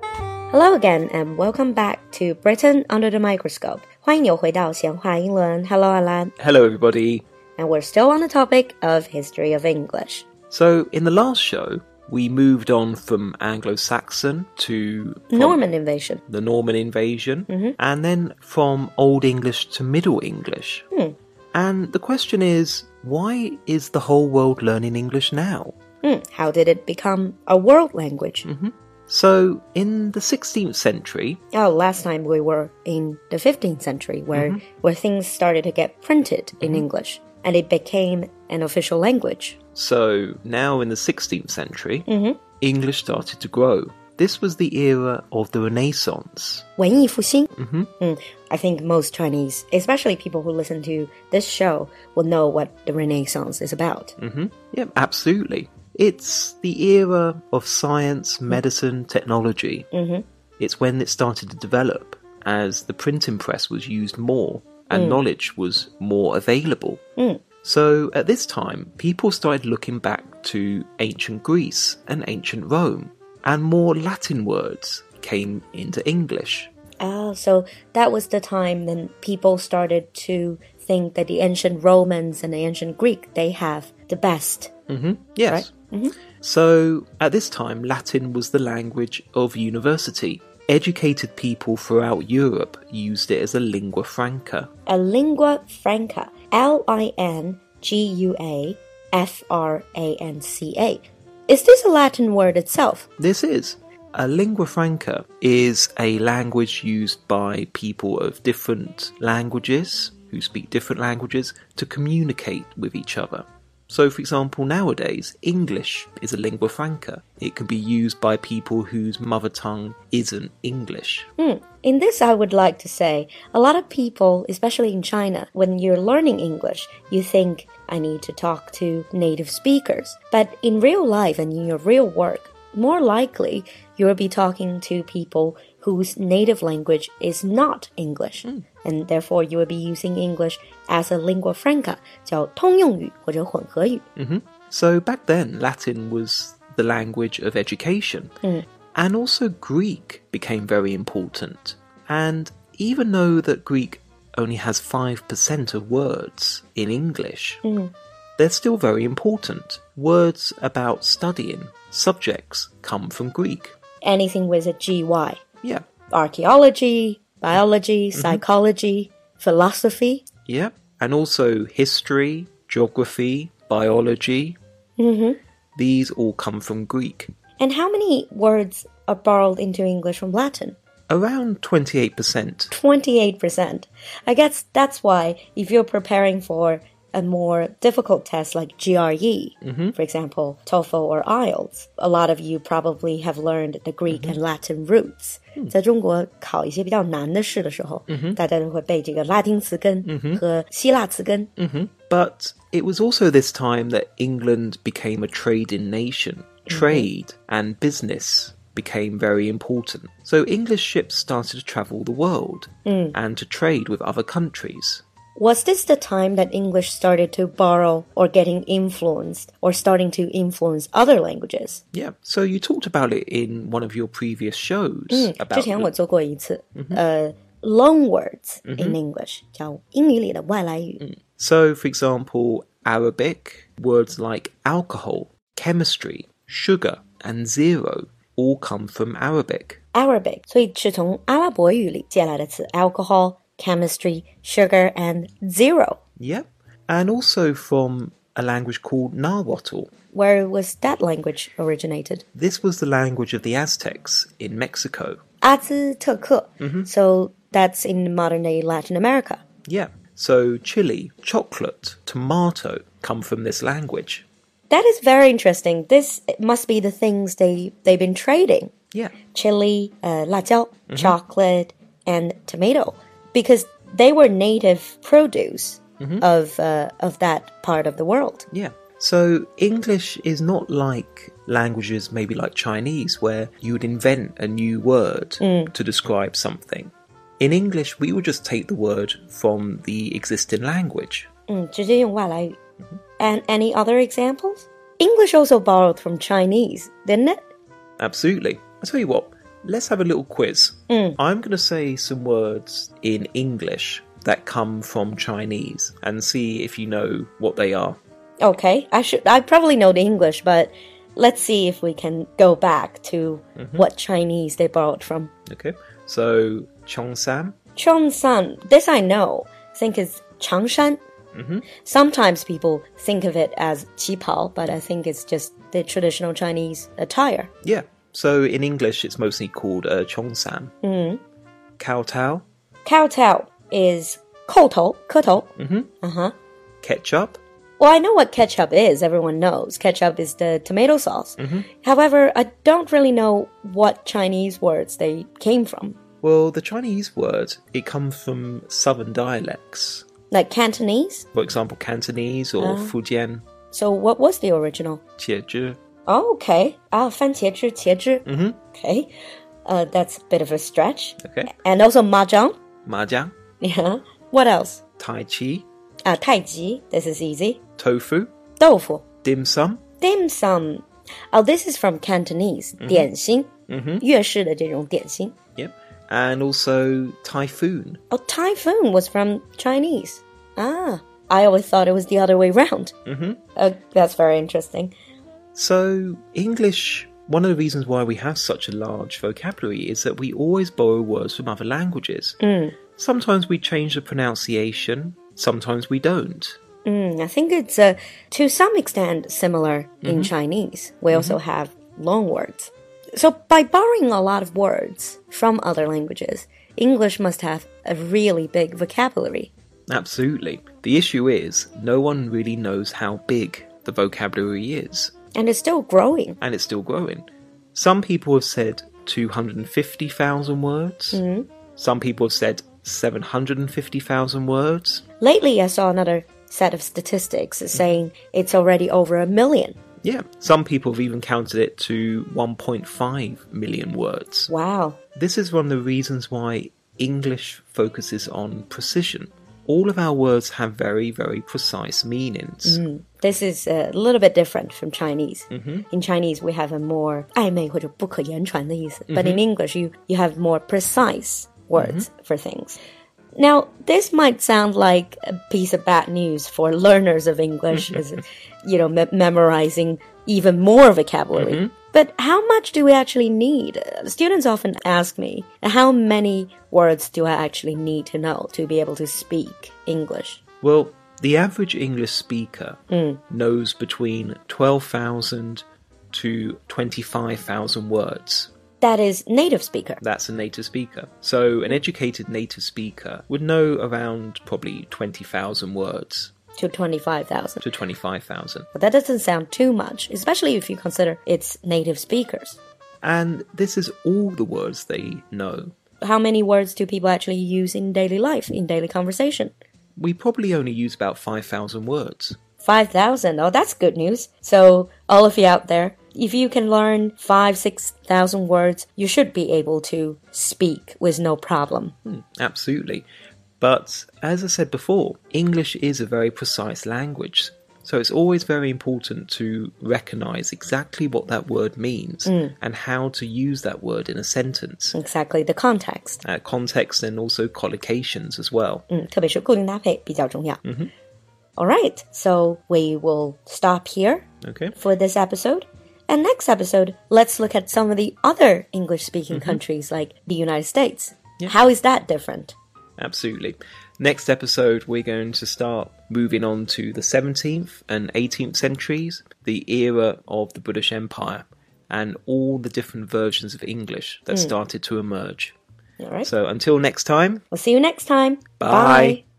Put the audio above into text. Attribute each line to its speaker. Speaker 1: Hello again and welcome back to Britain under the microscope. 欢迎又回到闲话英伦，Hello Alan,
Speaker 2: Hello, everybody.
Speaker 1: and we're still on the topic of history of English.
Speaker 2: So, in the last show, we moved on from Anglo Saxon to from
Speaker 1: Norman invasion.
Speaker 2: the Norman invasion, and then from Old English to Middle English. And the question is why is the whole world learning English now?
Speaker 1: Hmm, how did it become a world language?
Speaker 2: So, in the 16th century,
Speaker 1: Oh, last time we were in the 15th century, where where things started to get printed in English, and it became an official language.
Speaker 2: so now in the 16th century, English started to grow. This was the era of the Renaissance.
Speaker 1: 文艺复兴. Mm, I think most Chinese, especially people who listen to this show, will know what the Renaissance is about.
Speaker 2: hmm Yeah, absolutely. It's the era of science, medicine, technology.
Speaker 1: Mhm.
Speaker 2: It's when it started to develop as the printing press was used more and knowledge was more available.
Speaker 1: Mm.
Speaker 2: So at this time, people started looking back to ancient Greece and ancient Rome, and more Latin words came into English.
Speaker 1: Ah, so that was the time then people started to think that the ancient Romans and the ancient Greek they have the best.
Speaker 2: hmm Yes. So at this time, Latin was the language of university. Educated people throughout Europe used it as a lingua franca.
Speaker 1: A lingua franca, L I N G U A F R A N C A. Is this a Latin word itself?
Speaker 2: This is. A lingua franca is a language used by people of different languages, who speak different languages, to communicate with each other. So, for example, nowadays, English is a lingua franca. It can be used by people whose mother tongue isn't English.
Speaker 1: Hmm. In this, I would like to say a lot of people, especially in China, when you're learning English, you think, I need to talk to native speakers. But in real life and in your real work, more likely you'll be talking to people whose native language is not English. And therefore, you will be using English as a lingua franca, 叫通用语或者混合语.
Speaker 2: hmm So back then, Latin was the language of education. And also, Greek became very important. And even though that Greek only has 5% of words in English, they're still very important. Words about studying, subjects, come from Greek.
Speaker 1: Anything with a GY.
Speaker 2: Yeah.
Speaker 1: Archaeology, biology, psychology, philosophy.
Speaker 2: Yeah. And also history, geography, biology.
Speaker 1: Mhm.
Speaker 2: These all come from Greek.
Speaker 1: And how many words are borrowed into English from Latin?
Speaker 2: Around 28%.
Speaker 1: 28%. I guess that's why if you're preparing for a more difficult test like GRE, for example, TOEFL or IELTS, a lot of you probably have learned the Greek and Latin roots. 在中国考一些比较难的试的时候，大家都会背这个拉丁词根和希腊词根。
Speaker 2: But it was also this time that England became a trading nation.
Speaker 1: Mm-hmm.
Speaker 2: Trade and business became very important. So English ships started to travel the world
Speaker 1: Mm.
Speaker 2: and to trade with other countries.
Speaker 1: Was this the time that English started to borrow or getting influenced or starting to influence other languages?
Speaker 2: Yeah, so you talked about it in one of your previous shows
Speaker 1: 嗯，Mm, 之
Speaker 2: about
Speaker 1: 前我做过一次，呃，loan words in English 叫英语里的外来语。
Speaker 2: So, for example, Arabic, words like alcohol, chemistry, sugar, and zero all come from Arabic.
Speaker 1: Arabic，所以是从阿拉伯语里借来的词：alcohol、chemistry、sugar and zero。
Speaker 2: Yep. And also from a language called Nahuatl.
Speaker 1: Where was that language originated？
Speaker 2: This was the language of the Aztecs in Mexico.
Speaker 1: 阿兹特克。So that's in modern day Latin America。
Speaker 2: Yeah. So chili, chocolate, tomato come from this language.
Speaker 1: That is very interesting. This must be the things they they've been trading.
Speaker 2: Yeah.
Speaker 1: chili, uh, 辣椒, chocolate, and tomato because they were native produce of uh, of that part of the world.
Speaker 2: Yeah. So English is not like languages maybe like Chinese where you would invent a new word to describe something. In English, we would just take the word from the existing language.
Speaker 1: Mm, 嗯，直接用外来语。And any other examples? English also borrowed from Chinese, didn't it?
Speaker 2: Absolutely. I tell you what, Let's have a little quiz. I'm going to say some words in English that come from Chinese and see if you know what they are.
Speaker 1: Okay, I should. I probably know the English, but let's see if we can go back to what Chinese they borrowed from.
Speaker 2: Okay, so Cheongsam.
Speaker 1: Cheongshan. This I know. Think is Changshan. Sometimes people think of it as qipao, but I think it's just the traditional Chinese attire.
Speaker 2: Yeah. So in English, it's mostly called uh, Cheongsam. Mm. Kowtow,
Speaker 1: Kowtow is 扣头,磕头.
Speaker 2: ketchup.
Speaker 1: Well, I know what ketchup is. Everyone knows ketchup is the tomato sauce. However, I don't really know what Chinese words they came from,
Speaker 2: Well, the Chinese word, it comes from southern dialects.
Speaker 1: like Cantonese.
Speaker 2: For example, Cantonese or Fujian,
Speaker 1: So, what was the original?
Speaker 2: Jeju.
Speaker 1: Oh, okay. Ah, 番茄汁,茄汁. Okay. Uh, that's a bit of a stretch.
Speaker 2: Okay.
Speaker 1: And also mahjong.
Speaker 2: Mahjong,
Speaker 1: Yeah. What else?
Speaker 2: Tai Chi,
Speaker 1: Uh, 太极. This is easy.
Speaker 2: Tofu,
Speaker 1: 豆腐.
Speaker 2: Dim Sum.
Speaker 1: Dim sum. Oh, this is from Cantonese. 点心.
Speaker 2: Yep. And also Typhoon.
Speaker 1: Oh, typhoon was from Chinese. Ah. I always thought it was the other way round. Mm-hmm. Uh, that's very interesting.
Speaker 2: So, English, one of the reasons why we have such a large vocabulary is that we always borrow words from other languages. Sometimes we change the pronunciation, sometimes we don't.
Speaker 1: Mm, I think it's uh, to some extent similar in Chinese. We also have long words. So, by borrowing a lot of words from other languages, English must have a really big vocabulary.
Speaker 2: Absolutely. The issue is, no one really knows how big the vocabulary is,
Speaker 1: And it's still growing.
Speaker 2: and it's still growing. Some people have said 250,000 words, some people have said 750,000 words.
Speaker 1: Lately, I saw another set of statistics saying it's already over a million.
Speaker 2: Yeah, some people have even counted it to 1.5 million words.
Speaker 1: Wow.
Speaker 2: This is one of the reasons why English focuses on precision. All of our words have very, very precise meanings.
Speaker 1: This is a little bit different from Chinese. In Chinese, we have a more 暧昧或者不可言传的意思, but in English, you, you have more precise words for things. Now, this might sound like a piece of bad news for learners of English, is you know, me- memorizing even more vocabulary. But how much do we actually need? Uh, Students often ask me, how many words do I actually need to know to be able to speak English?
Speaker 2: Well, the average English speaker knows between 12,000 to 25,000 words.
Speaker 1: That is native speaker.
Speaker 2: That's a native speaker. So, an educated native speaker would know around probably 20,000 words
Speaker 1: to 25,000.
Speaker 2: to 25,000.
Speaker 1: But that doesn't sound too much, especially if you consider it's native speakers.
Speaker 2: And this is all the words they know.
Speaker 1: How many words do people actually use in daily life, in daily conversation?
Speaker 2: We probably only use about 5,000 words.
Speaker 1: 5,000. Oh, that's good news. So, all of you out there, if you can learn 5, 6,000 words, you should be able to speak with no problem.
Speaker 2: Hmm, Absolutely. But as I said before, English is a very precise language. So it's always very important to recognize exactly what that word means and how to use that word in a
Speaker 1: Hmm.
Speaker 2: sentence.
Speaker 1: Exactly the context.
Speaker 2: Uh, context and also collocations as well.
Speaker 1: 嗯，特别是固定搭配比较重要。All right, so we will stop here.
Speaker 2: Okay.
Speaker 1: for this episode. And next episode, let's look at some of the other English speaking countries like the United States. How is that different?
Speaker 2: Absolutely. Next episode, we're going to start moving on to the 17th and 18th centuries, the era of the British Empire, and all the different versions of English that started to emerge.
Speaker 1: All right.
Speaker 2: So until next time,
Speaker 1: we'll see you next time.
Speaker 2: Bye.